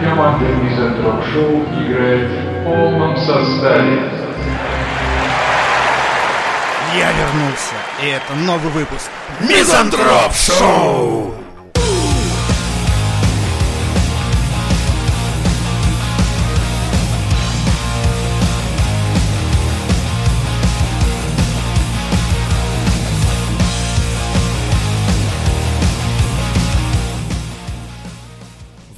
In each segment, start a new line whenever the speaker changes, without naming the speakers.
Команда Мизантроп Шоу играет в полном составе.
Я вернулся, и это новый выпуск.
Мизантроп Шоу!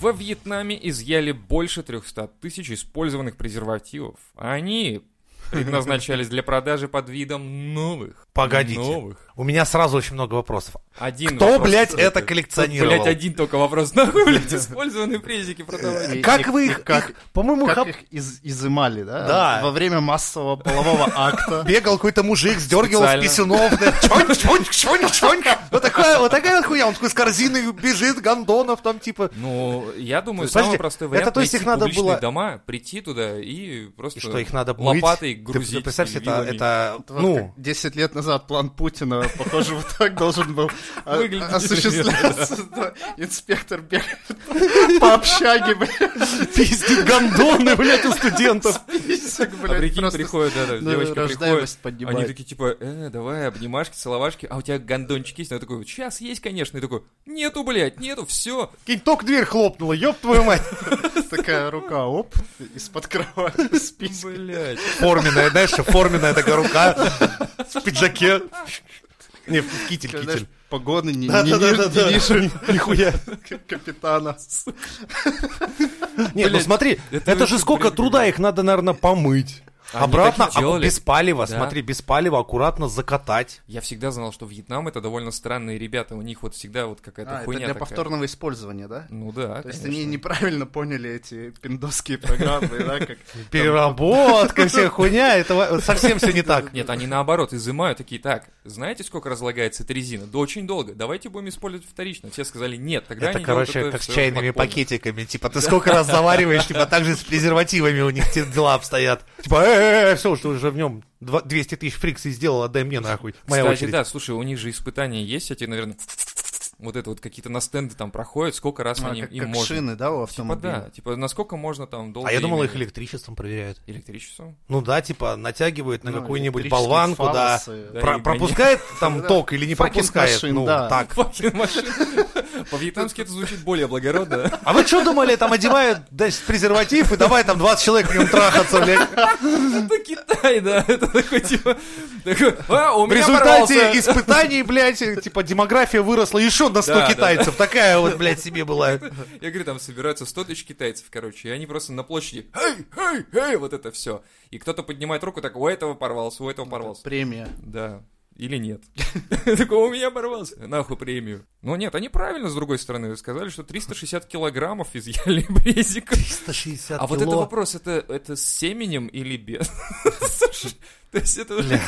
Во Вьетнаме изъяли больше 300 тысяч использованных презервативов. Они предназначались для продажи под видом новых.
Погодите.
Новых.
У меня сразу очень много вопросов.
Один
Кто,
вопрос.
блять, блядь, это
Тут, э,
коллекционировал?
ну, Блядь, один только вопрос. Нахуй, блядь, использованные презики продавали.
И-
Как
и-
вы
и
их,
как,
их- по-моему,
как
хап-
их из- изымали, да?
Да.
Во время массового полового акта.
бегал какой-то мужик, сдергивал с
Специально.
писюнов, да, чонь, чонь, чонь, чонь. Вот такая, вот такая вот хуйня, он такой с корзиной бежит, гондонов там типа.
Ну, я думаю,
Слушай, подожди,
самый простой вариант
это то есть
найти
их надо
публичные
было-
дома, прийти туда и просто
И что, их надо мыть?
лопатой
Ты-
грузить.
Ты, представь,
и
это,
вилами.
это,
Вот
ну,
как 10 лет назад план Путина, похоже, вот так должен был а-
Выглядит.
осуществляться. да. Инспектор бегает по общаге, блядь.
пиздит гондоны, блядь, у студентов.
писек,
А
блядь,
прикинь,
просто
приходят, да, да,
ну,
девочка
рождаемость
приходит,
поднимает.
они такие, типа, э, давай, обнимашки, целовашки, а у тебя гондончик есть? Она такой, сейчас есть, конечно. И такой, нету, блядь, нету, все.
Кинь, только дверь хлопнула, ёб твою мать.
Такая рука, оп, из-под кровати, с писькой.
Блядь.
Форменная, знаешь, форменная такая рука в пиджаке. Не, в китель,
Знаешь,
китель.
погоны не, не, не-
Да-да-да-да-да.
не вижу
Нихуя.
капитана.
Нет, ну
Блядь,
смотри,
это
это,
очень
же сколько
прикольно.
труда, их надо, наверное, помыть.
Они
Обратно, а
так и делали.
без палева,
Да.
смотри, без палева аккуратно закатать.
Я всегда знал, что Вьетнам это довольно странные ребята, у них вот всегда вот какая-то
А, это
хуйня
для
такая.
повторного использования, да?
Ну да,
То есть
конечно.
они неправильно поняли эти пиндосские программы, да, как...
Переработка, вся хуйня, это во- совсем все не так.
Нет, они наоборот изымают такие, так, знаете, сколько разлагается эта резина? Да очень долго, давайте будем использовать вторично. Все сказали, нет, тогда
Это,
они делают
короче,
это
как с
всё
чайными
подпольно.
пакетиками. Типа, ты сколько раз завариваешь, типа, так же с презервативами у них те дела обстоят. Типа, э все, что уже в нем 200 тысяч фриксов сделал, отдай мне нахуй. Моя
Кстати,
очередь.
да, слушай, у них же испытания есть, эти, наверное, вот это вот какие-то на стенды там проходят, сколько раз
А,
они
как-
им
как
можно.
шины, да, у
Типа да,
автомобиля?
типа насколько можно там долго...
А я думал,
именно
их электричеством проверяют.
Электричеством?
Ну да, типа, натягивают на
Ну,
какую-нибудь
электрические
болванку, да.
фалосы.
Да,
Про-
и
Пропускает там
Да.
ток или не
Факинг
пропускает?
машин,
Ну,
да.
так.
Факин машина. По-вьетнамски это звучит более благородно.
А вы что думали, там одевают значит, презерватив и давай там 20 человек в нем трахаться, блядь.
Это Китай, да. Это такой типа... такой, А, у
В
меня
результате
порвался.
испытаний, блядь, типа демография выросла еще на 100
Да, да,
китайцев. Такая вот, блядь, себе была.
Я говорю, там собираются 100 тысяч китайцев, короче, и они просто на площади «Эй, эй, эй!» вот это все. И кто-то поднимает руку, так, у этого порвался, у
Ну
этого порвался.
Премия.
Да. Или нет. Такой, у меня порвался. Нахуй премию. Но нет, они правильно, с другой стороны, сказали, что 360 килограммов изъяли брезиков.
160
А вот это
кило.
вопрос, это, это с семенем или без? Слушай, То есть это уже...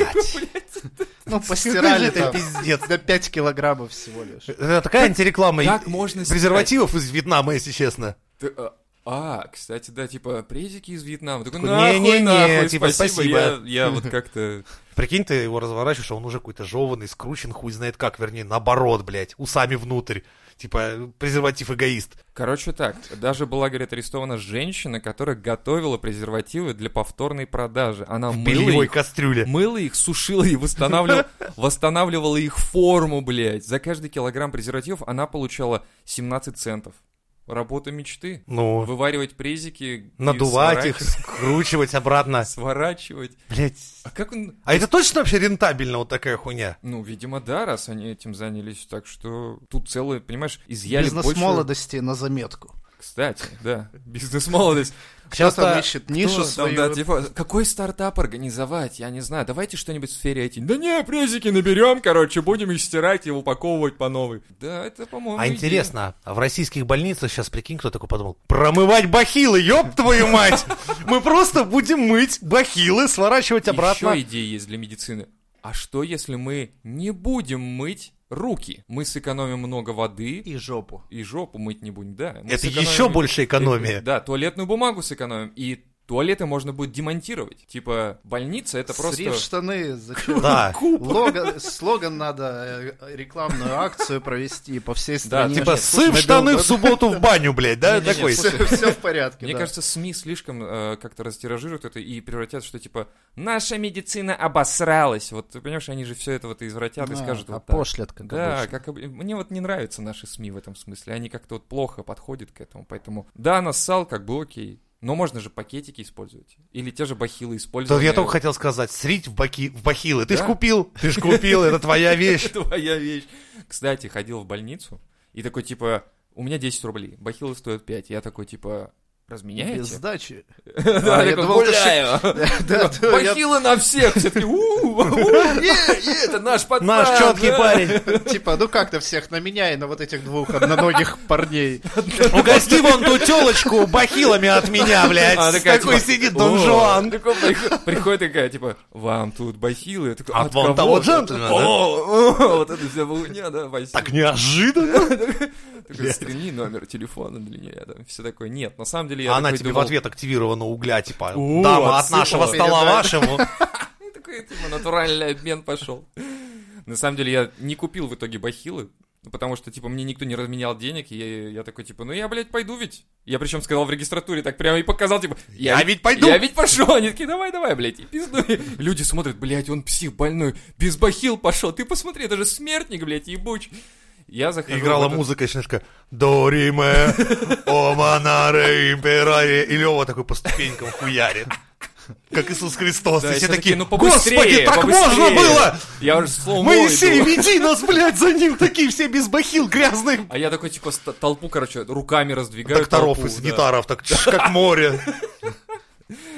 Ну, постирали
это
там.
пиздец.
До 5 килограммов всего лишь.
Это такая антиреклама
Как
и-
можно
презервативов из Вьетнама, если честно.
Ты, а, А, кстати, да, типа, презики из Вьетнама. Такой,
Такой,
нахуй,
«Не-не-не,
нахуй,
типа,
спасибо. Я, я вот как-то...
Прикинь, ты его разворачиваешь, а он уже какой-то жеванный, скручен, хуй знает как, вернее, наоборот, блядь, усами внутрь. Типа, презерватив эгоист.
Короче так, даже была, говорит, арестована женщина, которая готовила презервативы для повторной продажи. Она
В
мыла
бельевой
их,
кастрюле.
мыла их, сушила и восстанавливала, восстанавливала их форму, блядь. За каждый килограмм презервативов она получала 17 центов. Работа мечты.
Ну,
Вываривать презики. и
надувать их,
сворачивать-
скручивать обратно.
Сворачивать.
Блядь.
А как он...
А это точно вообще рентабельно, вот такая хуйня?
Ну, видимо, да, раз они этим занялись. Так что тут целые, понимаешь, изъяли
Бизнес
больше-
молодости на заметку.
Кстати, да, бизнес-молодость.
Кто там
Часто-
ищет
Кто
нишу
там,
свою?
да, типа, какой стартап организовать? Я не знаю. Давайте что-нибудь в сфере IT. Да не, презики наберем, короче, будем их стирать и упаковывать по новой. Да, это, по-моему,
А
идея.
интересно, а в российских больницах сейчас, прикинь, кто такой подумал? Промывать бахилы, ёб твою мать! Мы просто будем мыть бахилы, сворачивать обратно.
Еще идея есть для медицины. А что, если мы не будем мыть руки? Мы сэкономим много воды
И жопу.
и жопу мыть не будем, да. Мы
Это
сэкономим- Э,
еще больше экономия.
Да, туалетную бумагу сэкономим. И Туалеты можно будет демонтировать. Типа, больница это просто...
Срежь штаны, зачем?
Да.
Лого- слоган надо, э, рекламную акцию провести по всей стране.
Типа, сыв штаны в субботу в баню, блядь, да?
Не-не-не,
Такой.
слушай,
Все, в порядке,
Мне
да.
кажется, СМИ слишком э, как-то растиражируют это и превратят, что типа «наша медицина обосралась». Вот, ты понимаешь, они же все это вот извратят и
Да,
скажут вот так.
опошлят, Ну, а как
Да,
обычно.
как об- мне вот не нравятся наши СМИ в этом смысле. Они как-то вот плохо подходят к этому. Поэтому да, нассал, как бы окей. Но можно же пакетики использовать. Или те же бахилы
Тут
использовать.
я только хотел сказать, срить в, баки, в бахилы. Ты ж
Да.
купил, ты ж купил, это твоя вещь.
Твоя вещь. Кстати, ходил в больницу и такой типа «у меня 10 рублей, бахилы стоят 5». Я такой типа
Без
«разменяете?»
сдачи.
Да,
А, я
я такой
думал, ты
«гуляю».
Да, да, я
Бахилы на всех, все таки «У, у, е, е, это наш пацан.
Наш четкий
А, да».
парень.
Типа, ну как ты всех на меня и на вот этих двух одноногих парней.
Угости вон ту телочку бахилами от меня, блядь.
Она А такая,
Такой
типа,
сидит
«О».
Дон Жуан.
Такой приход- Приходит такая, типа, вам тут бахилы. Я такой,
От А вон
кого
того
же?»
джентльмена, да?
О, о, вот это вся болтня, да, Вася.
Так неожиданно.
Такой, стрени номер телефона для нее, там, все такое. Нет, на самом деле я
А Она
такой
тебе в
думал,
ответ активирована угля, типа,
О,
дама от
отсыпала.
нашего стола
Передаю.
вашему.
«Ну, такой, типа, натуральный обмен пошел. На самом деле я не купил в итоге бахилы, ну, потому что, типа, мне никто не разменял денег, и я, я такой, типа, ну я, блядь, пойду ведь. Я причем сказал в регистратуре, так прямо и показал, типа,
Я ведь пойду.
Я ведь пошел. Они такие, давай, давай, блядь, и пиздуй. Люди смотрят, блядь, он псих больной, без бахил пошел. Ты посмотри, это же смертник, блядь, ебуч. Я захожу... в
Играла
этот-
музыка, и снежка Дориме, Оманаре, Импераре. И Лева такой по ступенькам хуярит. Как Иисус Христос.
Да,
и
и
все такие,
ну побыстрее,
господи, так можно
побыстрее!»
было!
Я уже слово
Моисей, веди нас, блядь, за ним! Такие все без бахил грязные.
А я такой, типа, ст- толпу, короче, руками раздвигаю.
Докторов
толпу,
и
да.
санитаров, так чш, как море.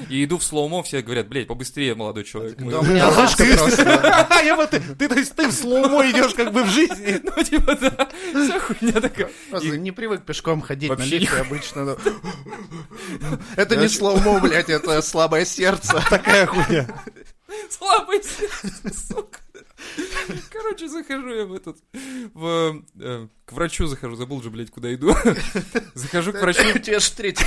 И иду в слоумо, все говорят, блядь, побыстрее, молодой человек. Мы-
Да, у меня ржачка
А, Ты-
просто.
Я вот- Ты, то есть, ты в слоумо идешь как бы в жизни.
Ну, типа, да, вся хуйня такая.
Просто не привык пешком ходить на
Вообще
лифте обычно. ну. Это не слоумо, блядь, это слабое сердце.
Такая хуйня.
Слабый сердце, сука. Короче, захожу я в этот... в, э, к врачу захожу, забыл же, блядь, куда иду. Захожу к врачу.
У тебя же третий.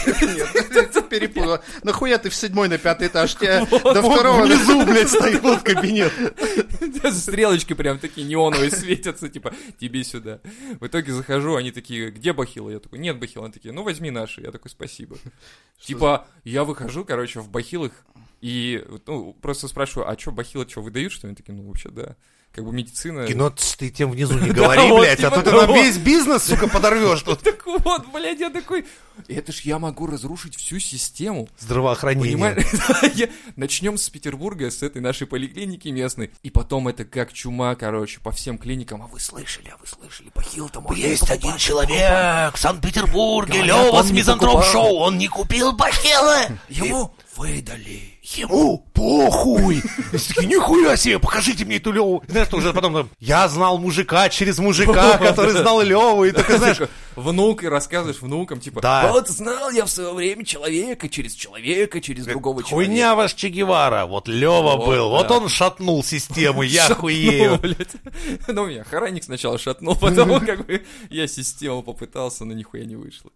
Нет, перепутал. Нахуя ты в седьмой на пятый этаж? Тебя до
Он
второго...
внизу, блядь, стоит вот кабинет.
Стрелочки прям такие неоновые светятся, типа, тебе сюда. В итоге захожу, они такие, где бахилы? Я такой, нет бахила. Они такие, ну возьми наши. Я такой, спасибо. Типа, я выхожу, короче, в бахилах и, ну, просто спрашиваю, а что, бахилы что, выдают, что ли? Они такие, ну, вообще, да. Как бы медицина...
Кино «Ну, ты тем внизу не говори,
вот,
блядь, а
типа
то ты нам
того.
весь бизнес, сука, подорвешь тут.
Так вот, блядь, я такой, это ж я могу разрушить всю систему.
Здравоохранение.
Понимаешь? Начнем с Петербурга, с этой нашей поликлиники местной. И потом это как чума, короче, по всем клиникам. А вы слышали, а вы слышали, по Хилтому.
Есть один человек в Санкт-Петербурге, Лёва
он
с
не
Мизантроп
покупал.
Шоу, он не купил бахилы.
Ему выдали.
Ему похуй.
И все такие, нихуя себе, покажите мне эту Леву. Знаешь, что уже потом там, я знал мужика через мужика, который знал Леву, и такой, знаешь,
Внук, и рассказываешь внукам, типа,
Да.
вот знал я в свое время человека, через человека,
Э,
через другого человека.
хуйня ваш Че Гевара, вот Лева
Вот,
был, вот
да.
он шатнул систему, я
Шатнул,
хуею.
блядь. Ну, меня охранник сначала шатнул, потом как бы я систему попытался, но нихуя не вышло.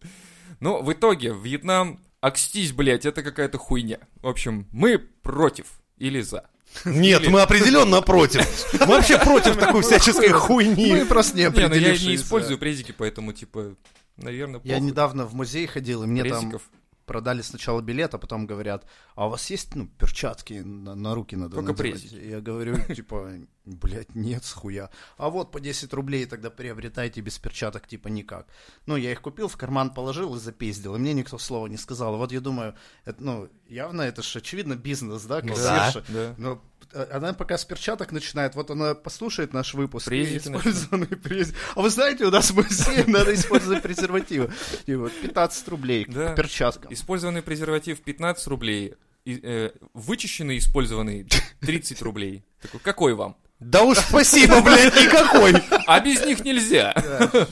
Но в итоге Вьетнам, акстись, блядь, это какая-то хуйня. В общем, мы против или за.
Нет, мы определенно против. Мы вообще против такой всяческой хуйни.
Мы просто не
Не, ну я
определившиеся.
не использую презики, поэтому, типа, наверное,
Я недавно в музей ходил, и мне там
презиков.
продали сначала билет, а потом говорят, а у вас есть, ну, перчатки на, на руки надо
Только
надевать?»
презики.
Я говорю, типа, блядь, нет, с хуя. А вот по 10 рублей тогда приобретайте без перчаток, типа, никак. Ну, я их купил, в карман положил и запиздил, и мне никто слова не сказал. Вот я думаю, это, ну, явно это же, очевидно, бизнес, да, кассирша?
Ну Да.
Но э, она пока с перчаток начинает, вот она послушает наш выпуск. и
Презики
использованные презики. А вы знаете, у нас в музее надо использовать презервативы. И вот 15 рублей к-
Да.
к перчаткам.
Использованный презерватив 15 рублей. И, э, вычищенный использованный 30 рублей. Такой, какой вам?
Да уж спасибо, блядь, никакой.
А без них нельзя.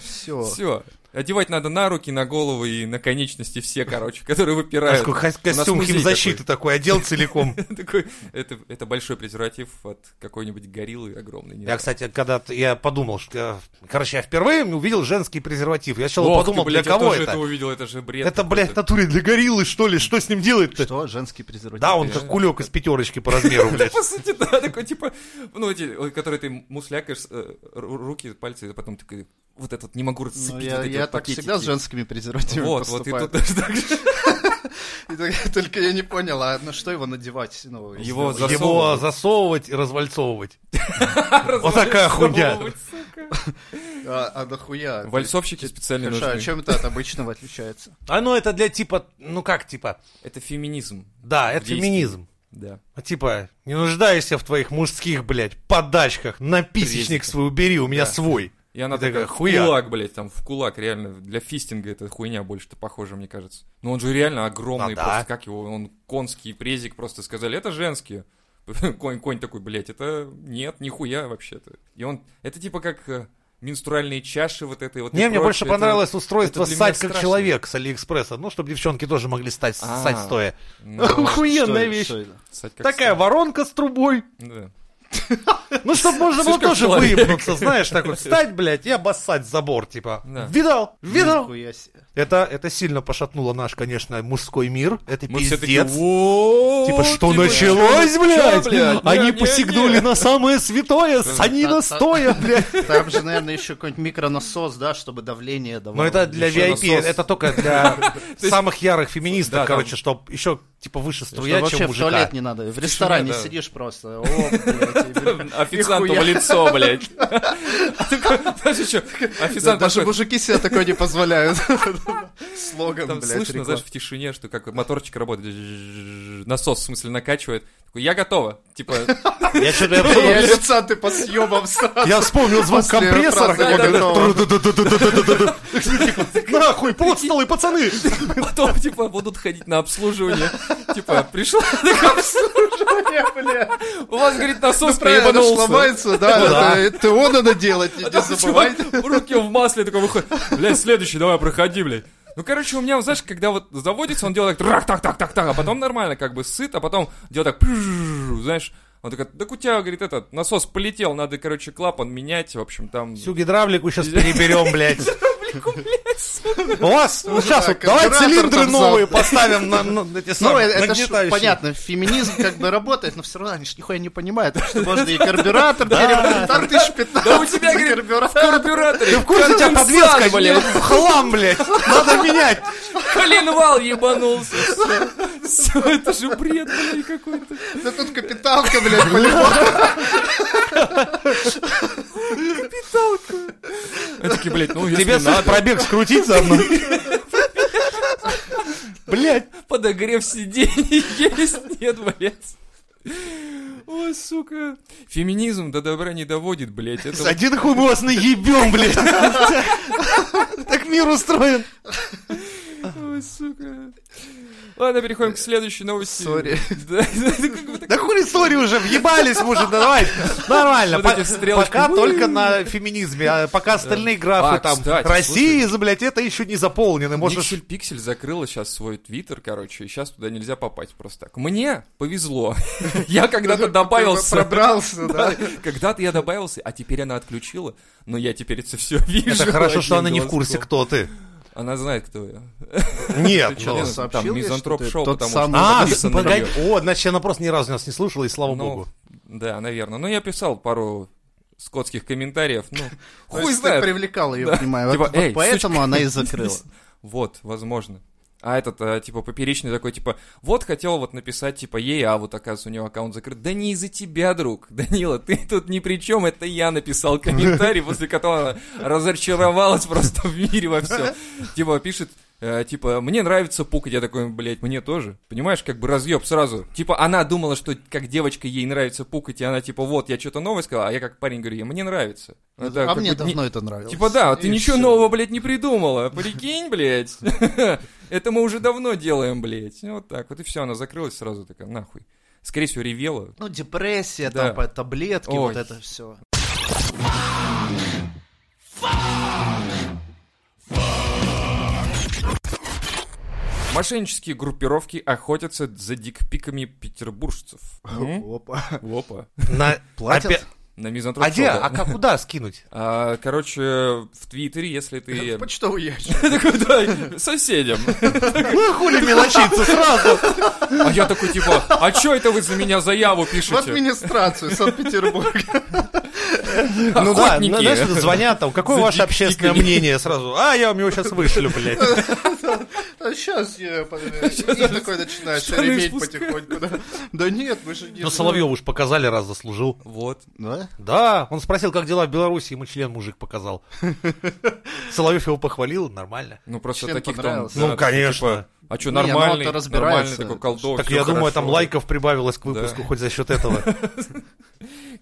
Все.
Все. Одевать надо на руки, на голову и на конечности все, короче, которые выпирают.
Такой ко-
Э, У нас
А Костюм
музей
химзащиты такой, одел целиком.
такой. Такой, это, это большой презерватив от какой-нибудь гориллы огромной. не
Я,
знаю.
кстати, когда я подумал, что... э, Короче, я впервые увидел женский презерватив. Я сначала
Ох ты,
подумал,
блядь,
для кого
Я тоже это
это?
увидел, это же бред.
Это, блядь, в
какой-то.
натуре для гориллы, что ли? Что с ним делать-то?
Что, женский презерватив?
Да, он
Реально.
как кулек из пятерочки по размеру, блядь.
По сути, да, такой типа, ну, эти, э, которые ты муслякаешь, э, ру- руки, пальцы, и потом такой, вот этот не могу
Ну,
расцепить.
я
вот эти
я
вот
так
пакетики.
всегда с женскими презервативами
Вот, вот, и
поступаю.
тут даже так же.
И так- Только я не понял, а на что его надевать? Ну, если
Его
он-
за-
Его
Засовывать.
засовывать и развальцовывать.
Развалить,
такая хуйня.
засовывать, сука.
А а нахуя?
Вальсовщики специально
Хорошо, а
нужны.
чем это от обычного отличается?
А ну это для типа, ну как типа?
Это феминизм,
Да, это
Действий.
феминизм.
да.
А Типа, не нуждаюсь я в твоих мужских, блядь, подачках. Написечник
Презиках.
свой убери, у меня
Да.
свой.
И она
И такая,
такая, в
хуя.
кулак, блядь, там, в кулак, реально, для фистинга эта хуйня больше-то похожа, мне кажется. Но он же реально огромный,
Ну да.
просто, как его, он конский презик, просто сказали, это женские. Конь, конь такой, блядь, это нет, нихуя вообще-то. И он, это типа как э, менструальные чаши вот этой вот. и
Не, мне
прочее,
больше
это-
понравилось устройство
это для меня
ссать как
страшно.
человек с Алиэкспресса. Ну, чтобы девчонки тоже могли стать,
А.
ссать стоя.
Ну,
Охуенная
Что-
вещь.
что это?
ссать как
Такая
страшно.
воронка с трубой.
Да.
Ну, чтобы можно было
Слишком
тоже
человек.
выебнуться, знаешь, так вот встать, блядь, и обоссать забор, типа.
Да.
Видал? Видал?
Нихуя себе.
Это, это сильно пошатнуло наш, конечно, мужской мир. Это
Мы все такие,
пиздец.
«Воу,
Типа, что
типа,
началось,
чё,
блядь?
блядь?
Они
Не-не-не».
посягнули на самое святое, санина
та- та-
стоя, блядь.
Там же, наверное, еще какой-нибудь микронасос, да, чтобы давление давало.
Но Ну, это для
Еще
VIP,
насос.
это только для самых ярых
Да,
феминисток,
там-
короче, чтобы еще, типа, выше
Чтобы
струя,
вообще
чем
в
мужика.
туалет не надо. В ресторане
да.
сидишь просто. О, блядь, и бля-
Официанту
Нихуя.
в лицо, блядь. Такой, Знаешь, еще
Да Даже
официант подходит,
мужики себе такое не позволяют. Слоган,
там
блядь.
слышно,
реклам-
знаешь, в тишине, что как моторчик работает, насос, в смысле, накачивает. Такой, я готова. Типа,
Я что-то я
И
подумал,
официанты по съемам сразу.
Я вспомнил звук
После
компрессора,
фразы
когда
я готова.
говорит, Нахуй, под столы, пацаны!
потом, типа, будут ходить на обслуживание. Типа, пришла, такая,
Не, блядь.
у вас, говорит, насос
Правильно, она ж
проебанулся.
ломается, да. это- Ты он надо делать, не
А там
не
чувак
забывай.
руки в масле такой выходит. Блядь, следующий, давай, проходи, блядь. Ну, короче, у меня, знаешь, когда вот заводится, он делает так, так, так, так, так, а потом нормально, как бы сыт, а потом делает так, пжжж, знаешь, он такой, так у тебя, говорит, этот насос полетел, надо, короче, клапан менять, в общем, там...
Всю гидравлику сейчас переберем, блядь. У вас, ну сейчас, вот,
так,
давай
оператор
цилиндры
там за-
новые поставим на- на эти
Ну,
самые
э- это ж
нагнетающие.
понятно, феминизм как бы работает, но все равно они ж нихуя не понимают, так что можно и карбюратор, перебрать. там 1015
Да у тебя,
за
говорит, в
карбюратор.
карбюраторе.
Ты в курсе, у тебя
конденсат,
подвеска, блядь, в хлам, блядь, надо менять.
коленвал ебанулся. Все. это же бред, блядь, какой-то.
Да тут капиталка, блядь, по-любому.
Они такие, блядь, ну, если
Тебе, слышь,
надо,
пробег скрутить заодно? Блядь,
подогрев сидений есть, нет, блядь. Ой, сука. Феминизм до добра не доводит, блядь. Это вот-
один хуй мы вас наебем, блядь. Так мир устроен.
Ой, сука. Ладно, переходим к следующей новости.
Сори.
Да, да, да, как бы так-
Да хули сори уже, въебались мы уже, давай. Нормально,
Вот
по-
эти стрелочки.
пока только на феминизме, а пока остальные графы
А,
там
кстати,
России, блядь, это еще не заполнены. Можно ж-
Никсель Пиксель закрыла сейчас свой твиттер, короче, и сейчас туда нельзя попасть просто так. Мне повезло. Я когда-то добавился.
Пробрался, да.
Да, Когда-то я добавился, а теперь она отключила, но я теперь это все вижу.
Это хорошо, что
одним
она не в курсе,
глазком.
кто ты.
Она знает, кто я.
Нет,
чё,
ну,
не сообщил ей, что
мизантроп
ты
шоу,
тот
потому
самый-
что
А,
написано на
погоди.
неё.
О, значит, она просто ни разу нас не слушала, и слава
Ну,
богу.
Да, наверное. Но я писал пару скотских комментариев, ну,
То
хуй
есть ты
знает.
привлекал ее,
Да.
понимаю.
Типа,
Вот
«Эй,
Поэтому
сучка».
она и закрыла.
Вот, возможно. А этот, а, типа, поперечный такой, типа, вот хотел вот написать, типа, ей, а вот, оказывается, у него аккаунт закрыт. Да не из-за тебя, друг. Данила, ты тут ни при чем, это я написал комментарий, после которого она разочаровалась просто в мире во всем. Типа, пишет, э, типа, мне нравится пукать. Я такой, блядь, мне тоже. Понимаешь, как бы разъеб сразу. Типа, она думала, что как девочка ей нравится пукать, и она, типа, вот, я что-то новое сказала, а я как парень говорю, мне нравится. Она так,
А
как
мне
бы, не-
давно это нравилось.
Типа, да, ты
И
ничего
всё.
нового, блядь, не придумала. Прикинь, блядь. Это мы уже давно делаем, блядь. Ну, Вот так вот, и все, она закрылась сразу такая, нахуй. Скорее всего, ревела.
Ну, депрессия,
Да.
там, по- таблетки,
Ой.
вот это все.
Мошеннические группировки охотятся за дикпиками петербуржцев. М?
Опа.
Опа.
На...
Платят?
опя-
На
А
мизантроп
где?
шоу, да.
А как- куда скинуть?
А, Короче, в Твиттере, если ты...
Почтовый ящик.
Такой, да, Соседям.
Ну, хули мелочиться сразу.
А я такой, типа, а чё это вы за меня заяву
В
пишете?
администрацию Санкт-Петербурга.
Ну да,
Охотники.
на- знаешь, вот звонят там, какое
За
ваше общественное
дикпиками.
мнение сразу? А, я вам его сейчас вышлю, блядь.
А сейчас я... И такой начинаешь
штаны
реметь
спускаю.
потихоньку. да. Да нет, мы же не...
Ну, Соловьев уж показали, раз заслужил.
Вот.
Да?
Да, он спросил, как дела в Беларуси, ему член мужик показал. Соловьев его похвалил, нормально.
Ну просто
Член
таких там...
понравился.
да,
Ну, конечно.
типа, А чё,
Не, ну он-то
нормальный, нормальный
разбирается.
такой колдов.
Так
всё
я думаю,
хорошо.
там лайков прибавилось к выпуску хоть за счет этого.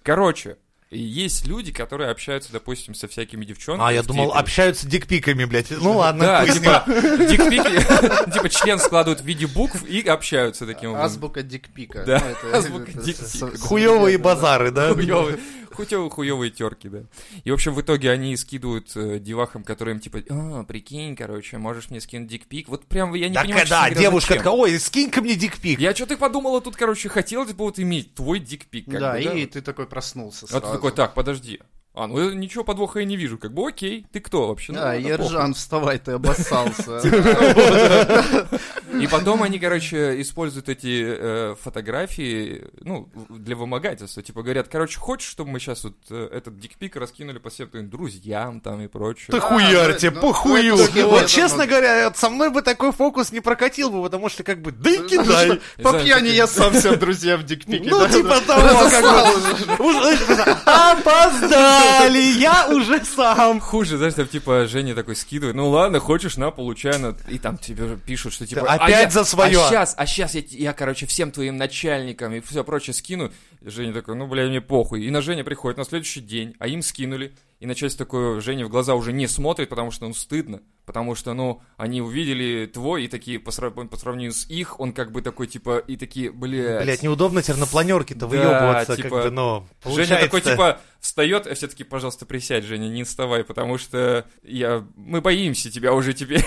Короче, есть люди, которые общаются, допустим, со всякими девчонками.
А, я
в
думал,
Твиттере.
общаются дикпиками, блядь. Ну ладно,
Да,
хуй с
типа, дикпики, типа член складывают в виде букв и общаются таким образом.
Азбука дикпика.
Ну, Да,
Ну, это-
азбука
это-
дикпика.
со- со-
Хуевые
да,
базары, да?
Хуёвые, хуёвые, хуёвые терки, да. И, в общем, в итоге они скидывают э, девахам, которые им типа, а, прикинь, короче, можешь мне скинуть дикпик. Вот прям я не
Так,
понимаю,
да,
честно говоря,
девушка
зачем.
такая, ой, скинь-ка мне дикпик.
Я что-то подумала, тут, короче, хотелось бы вот иметь твой дикпик. как
Да,
бы,
и
вот.
ты такой проснулся
А
сразу.
ты такой, так, подожди. А, ну я ничего подвоха я не вижу. Как бы окей, ты Типа, кто вообще? Ну,
Да,
ладно,
Ержан, вставай, ты обоссался.
похуй. И потом они, короче, используют эти э, фотографии, ну, для вымогательства. Типа говорят, короче, хочешь, чтобы мы сейчас вот э, этот дикпик раскинули по всем твоим друзьям там и прочее?
Ты
А,
хуярьте,
ну,
по хую.
ну, это такие
Вот,
вот,
честно
ну.
говоря, вот со мной бы такой фокус не прокатил бы, потому что как бы, да и кидай.
Ну, По пьяни я сам всем друзьям дикпики.
Ну,
да,
типа
да.
того, как бы.
Заслал уже.
Уже- Опоздали, я уже сам.
Хуже, знаешь, там типа Женя такой скидывает, ну ладно, хочешь, на, получай, на. и там тебе пишут, что типа...
Да,
«А
опять
я-
за своё».
А сейчас, а сейчас я, т- я, короче, всем твоим начальникам и все прочее скину. И Женя такой, ну, бля, мне похуй. И на Женя приходит на следующий день, а им скинули. И начальство такое, Женя в глаза уже не смотрит, потому что, ну, стыдно. Потому что, ну, они увидели твой, и такие, по, сра- по сравнению с их, он как бы такой, типа, и такие, блядь.
Блять, неудобно теперь на планерке-то
Да,
выебываться,
типа,
как бы, но
Женя такой,
получается.
типа, встает, а все таки пожалуйста, присядь, Женя, не вставай, потому что я... мы боимся тебя уже теперь.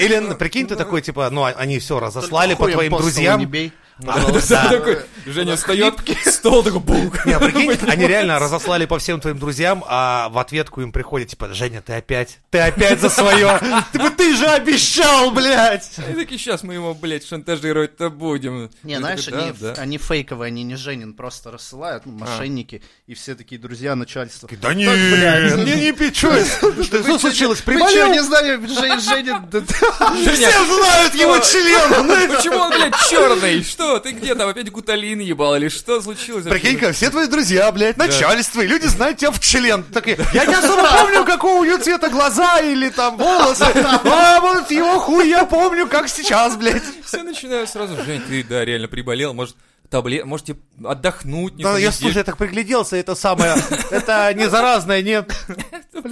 Или, ну, прикинь, ты такой, типа, ну, а- они все разослали по
Хуем
твоим
по столу не
друзьям.
бей.
Да, такой, Женя встает, стол такой, бук.
Ну Не, а прикинь, они реально разослали по всем твоим друзьям, а в ответку им приходит, типа, Женя, ты опять, ты опять за свое. Типа, ты же обещал, блядь.
И такие, сейчас мы его, блядь, шантажировать-то будем.
Не,
Я
знаешь,
такой,
они,
«Да, А. да».
они фейковые, они не Женин, просто рассылают, ну, мошенники, и все такие друзья, начальство.
Да нет, не, не печусь. Что случилось,
Вы что,
приболел?
не знали, Жен- Женин... да, да.
Женя,
Все знают его член. ну и-
Почему он, блядь, черный? Что? Ты где там? Опять гуталин ебал? Или что случилось?
Прикинь-ка, все твои друзья, блядь, начальство, и люди знают тебя в член. Такие, я не особо помню, какого у нее цвета глаза или там волосы, а вот его хуй я помню, как сейчас, блядь.
Все начинают сразу, Жень, ты, да, реально приболел, может, таблет, можете отдохнуть. не
Да, я,
поездишь».
слушай, я так пригляделся, это самое, это не заразное, нет.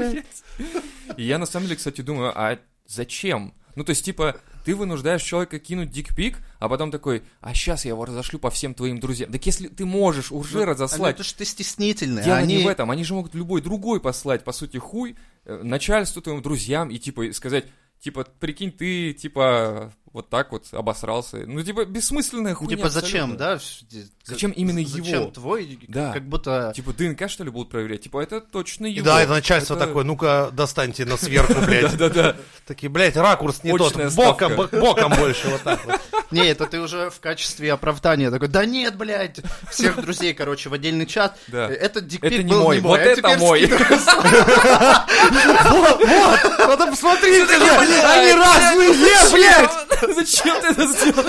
И я на самом деле, кстати, думаю, а зачем? Ну, то есть, типа, ты вынуждаешь человека кинуть дикпик, а потом такой, а сейчас я его разошлю по всем твоим друзьям. Так если ты можешь уже
Ну,
разослать,
Это что ты стеснительный,
дело
а они...
не в этом, они же могут любой другой послать, по сути, хуй, э, начальству твоим друзьям и, типа, сказать, типа, прикинь, ты, типа, вот так вот обосрался. Ну, типа, бессмысленная
Ну,
хуйня.
Типа зачем,
абсолютно.
да? З-
Зачем именно его?
Зачем твой?
Да.
Как будто...
Типа ДНК, что ли, будут проверять? Типа, это точно
И
его.
да, это начальство
Это-
такое, ну-ка, достаньте на сверху, блядь.
Да-да-да.
Такие, блядь, ракурс не тот,
Очная
боком,
ставка.
бок- боком больше, вот так вот.
Типа-
Не, это ты уже в качестве оправдания такой, да нет, блядь, всех друзей, короче, в отдельный чат.
Да.
Этот дикпик
Это не
был
мой, вот
а
это
теперь
мой.
Вот, вот, надо посмотреть, они разные, блядь.
Зачем ты это сделал?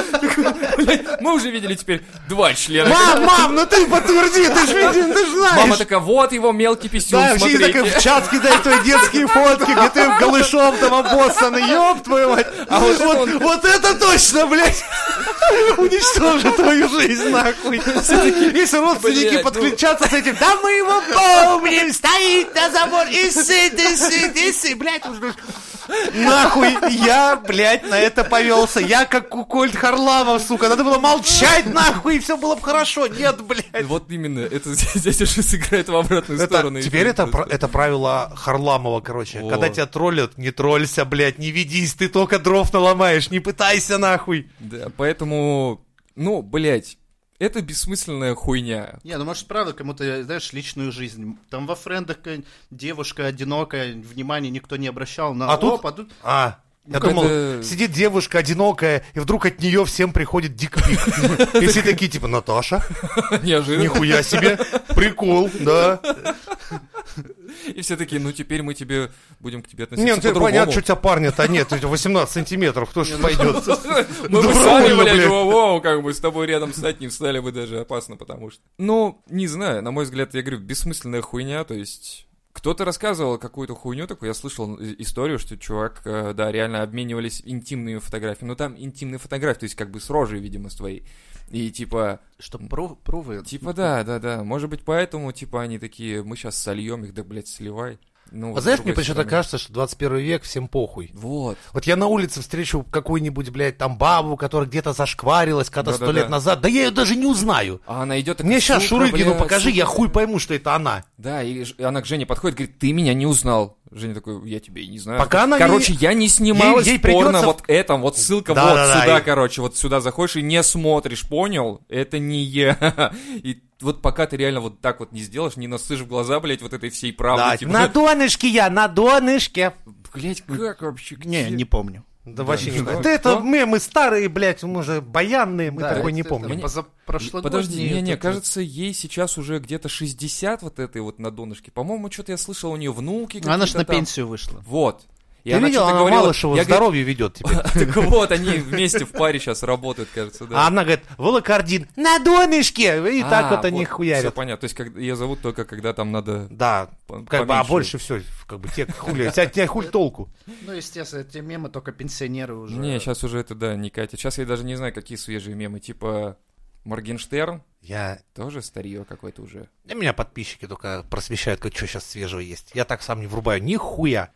Блядь, Мы уже видели теперь два члена.
Мам, мам, ну ты подтверди, ты же видишь, ты ж знаешь.
Мама такая, вот его мелкий писюн,
да, вообще
смотрите.
такая в чат кидает твои детские фотки, где ты голышом там обоссанный, ёб твою мать. А вот, вот, вот это точно, блядь, уничтожит твою жизнь, нахуй. Если родственники
Блядь, ну.
подключатся с этим, да мы его помним, стоит на забор, и сы, ты сы, ты сы, блядь, уж, уж. Нахуй я, блядь, на это повелся. Я как Кукольд Харламов, сука. Надо было молчать, нахуй, и все было бы хорошо. Нет, блядь.
Вот именно, это здесь уже сыграет в обратную
Это-
сторону.
теперь
еще
это,
просто.
про- это правило Харламова, короче.
Вот.
Когда тебя троллят, не троллься, блядь, не ведись, ты только дров наломаешь, не пытайся нахуй.
Да, поэтому, ну, блядь, это бессмысленная хуйня.
Не, ну может, правда, кому-то, знаешь, личную жизнь. Там во френдах какая-нибудь девушка одинокая, внимания никто не обращал. На...
А тут-
Опа, тут...
А, я
Ну,
думал,
это-
сидит девушка одинокая, и вдруг от нее всем приходит дикпик. И все такие, типа, Наташа,
Неожиданно.
нихуя себе, прикол, да.
И все такие, ну теперь мы тебе будем к тебе относиться
Не, ну теперь
по-другому. ну,
понятно, что у тебя парня-то нет, у тебя 18 сантиметров, кто ж пойдет.
Мы бы сами,
Добровольно,
блядь,
блядь.
воу, как бы с тобой рядом стать не встали бы даже, опасно, потому что... Ну, не знаю, на мой взгляд, я говорю, бессмысленная хуйня, то есть... Кто-то рассказывал какую-то хуйню такую, я слышал э, историю, что чувак, э, да, реально обменивались интимными фотографиями, но там интимные фотографии, то есть как бы с рожей, видимо, с твоей. И типа,
Что, пру-
А
прувы?
типа да, да, да, может быть поэтому, типа, они такие, мы сейчас сольем их, да, блядь, сливай. Ну,
Вот
с
А знаешь, мне
другой
почему-то
стороны.
кажется, что 21 век всем похуй.
Вот.
Вот я на улице встречу какую-нибудь, блядь, там бабу, которая где-то зашкварилась когда сто
Да-да-да.
лет назад, да я ее даже не узнаю.
А она идет...
Мне сейчас Шурыгину покажи, я хуй пойму, что это она.
Да, и ж- она к Жене подходит, говорит, ты меня не узнал. Женя такой, я тебя и не знаю.
Пока она
короче,
не-
я не снималась
ей- ей
в порно
придется-
вот этом, вот ссылка
Да,
вот
да, да,
сюда,
и-
короче, вот сюда заходишь и не смотришь, понял? Это не я. И вот пока ты реально вот так вот не сделаешь, не насышь в глаза, блядь, вот этой всей правды.
Да,
типа,
на донышке я, на донышке.
Блядь,
ну,
как вообще?
Не,
где?»
не помню.
Да вообще не
ну,
знаю.
да.
Да это
Да.
мы, мы старые, блядь, мы же баянные, мы
Да,
такой не
это- это
помним.
позапрошлогодний
Подожди, не, не,
этот-
кажется, ей сейчас уже где-то 60 вот этой вот на донышке. По-моему, что-то я слышал, у нее внуки
Она ж
какие-то
на
там.
пенсию вышла.
Вот. И
Ты видел,
что-то
она
говорила,
Малышева
я, говорит,
здоровье ведет теперь.
Так вот, они вместе в паре сейчас работают, кажется,
А
да. А,
она говорит, волокордин, на донышке, и так вот они
Все
хуярят.
понятно. То есть как- ее зовут только когда там надо...
Да,
По-
как бы, а
поменьше.
больше все, как бы, те хули, тебя, тебя хуль толку.
Ну, естественно, эти мемы только пенсионеры уже.
Не, сейчас уже это, да, не катит. Сейчас я даже не знаю, какие свежие мемы. Типа Моргенштерн,
Я...
тоже старье какое-то уже.
да Меня подписчики только просвещают, как что сейчас свежего есть. Я так сам не врубаю, нихуя.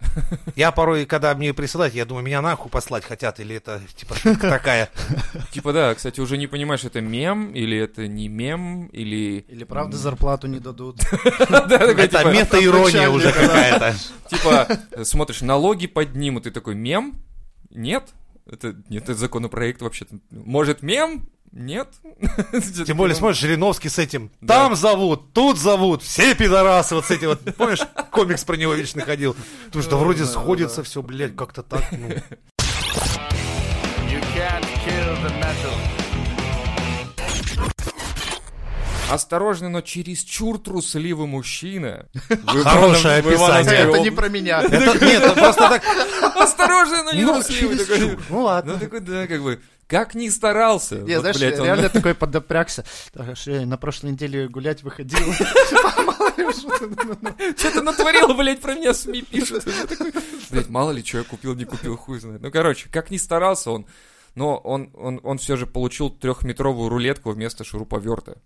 Я порой, когда мне присылают, я думаю, меня нахуй послать хотят, или это, типа, шутка такая.
Типа да, кстати, уже не понимаешь, это мем или это не мем, или...
Или правда зарплату не дадут.
Да, такой,
Это
типа,
мета-ирония
начальник,
уже
да.
какая-то.
Типа, смотришь, налоги поднимут, и такой, мем? Нет? Это, нет, это законопроект вообще-то. Может, мем? Нет. Типа,
Тем более, смотришь, Жириновский с этим.
Да.
Там зовут, тут зовут, все пидорасы вот с этим. Вот, помнишь, комикс про него вечно ходил? Потому что вроде сходится все, блядь, как-то так, ну.
Осторожный, но чересчур трусливый мужчина.
Хорошее
В Иванове
описание.
был.
Это не про меня.
Это, нет, это просто так,
Осторожный, но не
ну,
трусливый. такой.
чересчур. Ну ладно.
Ну такой, да, как бы, как ни старался.
Не,
Вот,
знаешь,
блядь, он-
реально такой подопрягся. Так, аж я на прошлой неделе гулять выходил.
Что-то натворил, блядь, про меня СМИ пишут. Я такой, Блядь, мало ли, что я купил, не купил, хуй знает. Ну, короче, как ни старался он, но он, он, он все же получил трехметровую рулетку вместо шуруповерта.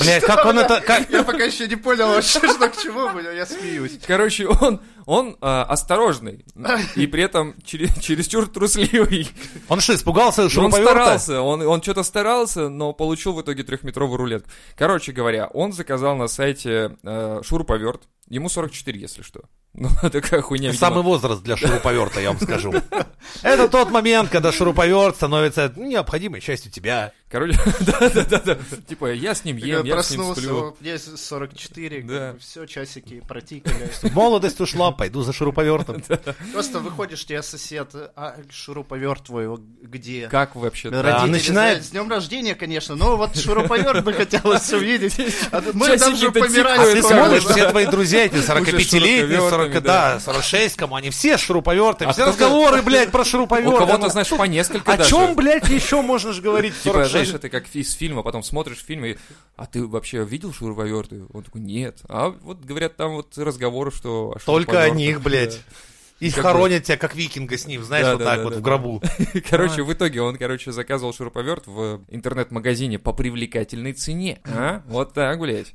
Блядь, как он это... Как...
Я пока еще не понял вообще, что к чему, блин, я смеюсь.
Короче, он, он а, осторожный и при этом чере- чересчур трусливый.
Он что, испугался
Ну, Он
шуруповерта?
старался, он, он что-то старался, но получил в итоге трехметровую рулетку. Короче говоря, он заказал на сайте э, шуруповерт. Ему 44, если что. Ну, такая хуйня, видимо.
Самый возраст для шуруповерта, я вам скажу. Это тот момент, когда шуруповерт становится необходимой частью тебя.
Короче, да-да-да. Типа, я с ним ем, я с ним
Проснулся,
сплю.
вот мне 44,
Да.
все, часики протикали.
Молодость ушла, пойду за шуруповертом.
Просто выходишь, тебе сосед, а шуруповерт твой, вот где?
Как вообще
Ну,
так?
Родители
начинает-
знают, с днем рождения, конечно, но вот шуруповерт бы хотелось увидеть. А тут Мы там
Часики
же
до
А ты
Ой,
помирали.
это
смотришь,
да.
все твои друзья эти
Уже
45-летние,
с
40,
шуруповертами,
да, 46 кому они все с шуруповертами,
А
все
кто-то-
разговоры, блядь, про
У
шуруповерты.
кого-то, знаешь, по несколько
О
даже.
чем, блядь, еще можно же говорить в
Типа, знаешь,
46?
это как из фильма, потом смотришь фильм и... А ты вообще видел шуруповерты? Он такой, нет. А вот говорят, там вот разговоры, что... о
Только о
шуруповёртах.
них, блядь. И
Как
хоронят тебя, как викинга с ним, знаешь,
Да,
вот
да,
так
да,
вот
да,
в гробу.
Короче, в итоге он, короче, заказывал шуруповерт в интернет-магазине по привлекательной цене. А? Вот так, блядь.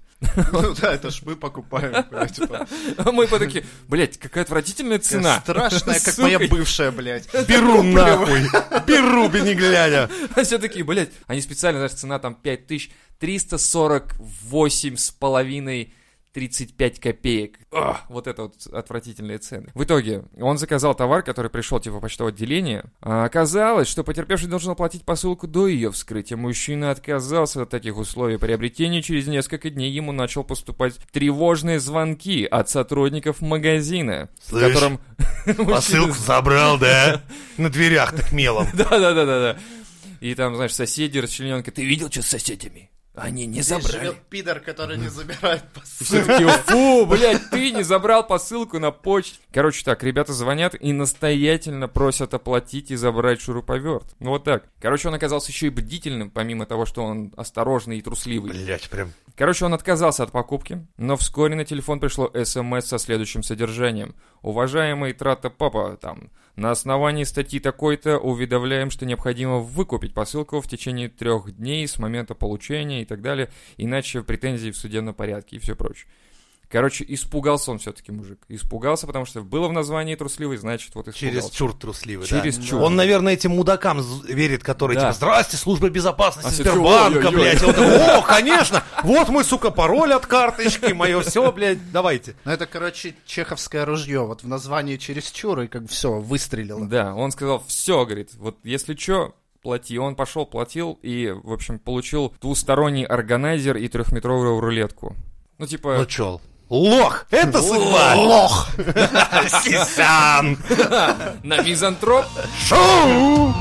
Ну да, это ж мы покупаем, блядь, типа.
А мы по такие, блядь, какая отвратительная цена.
Страшная, как
Сука.
моя бывшая, блядь.
Беру нахуй, беру, бе, не глядя.
А все такие, блядь, они специально, знаешь, цена там 5348 с половиной 35 копеек. Ах, вот это вот отвратительные цены. В итоге он заказал товар, который пришел типа в почтовое отделение. А оказалось, что потерпевший должен оплатить посылку до ее вскрытия. Мужчина отказался от таких условий приобретения. Через несколько дней ему начал поступать тревожные звонки от сотрудников магазина, в
Слышь,
котором мужчина
Посылку забрал, да? На дверях так мелом.
да-да-да-да-да. И там, знаешь, соседи расчлененка. Ты видел, что с соседями? Они не
Здесь
забрали.
живет пидор, который не забирает
И
посылку.
все такие, фу, блядь, ты не забрал посылку на почту. Короче, так, ребята звонят и настоятельно просят оплатить и забрать шуруповерт. Ну вот так. Короче, он оказался еще и бдительным, помимо того, что он осторожный и трусливый.
Блять, прям.
Короче, он отказался от покупки, но вскоре на телефон пришло СМС со следующим содержанием. «Уважаемый Трата Папа, там, на основании статьи такой-то уведомляем, что необходимо выкупить посылку в течение трех дней с момента получения и так далее, иначе претензии в судебном порядке и все прочее». Короче, испугался он все-таки, мужик. Испугался, потому что было в названии трусливый, значит, вот
Через
испугался.
чур трусливый, да?
Через чур.
Он, наверное, этим мудакам з- верит, которые
Да.
типа, здрасте, служба безопасности
А все такие,
Сбербанка,
ой-ой-ой.
блядь. И он такой, О, конечно, вот мой, сука, пароль от карточки, мое все, блядь, давайте.
Ну это, короче, чеховское ружье. Вот в названии через чур и как все, выстрелило.
Да, он сказал, все, говорит, вот если что, плати. Он пошел, платил и, в общем, получил двусторонний органайзер и трехметровую рулетку. Ну,
Ну
типа,
чел, лох, это судьба. Лох. Сисан.
на мизантроп
Шоу.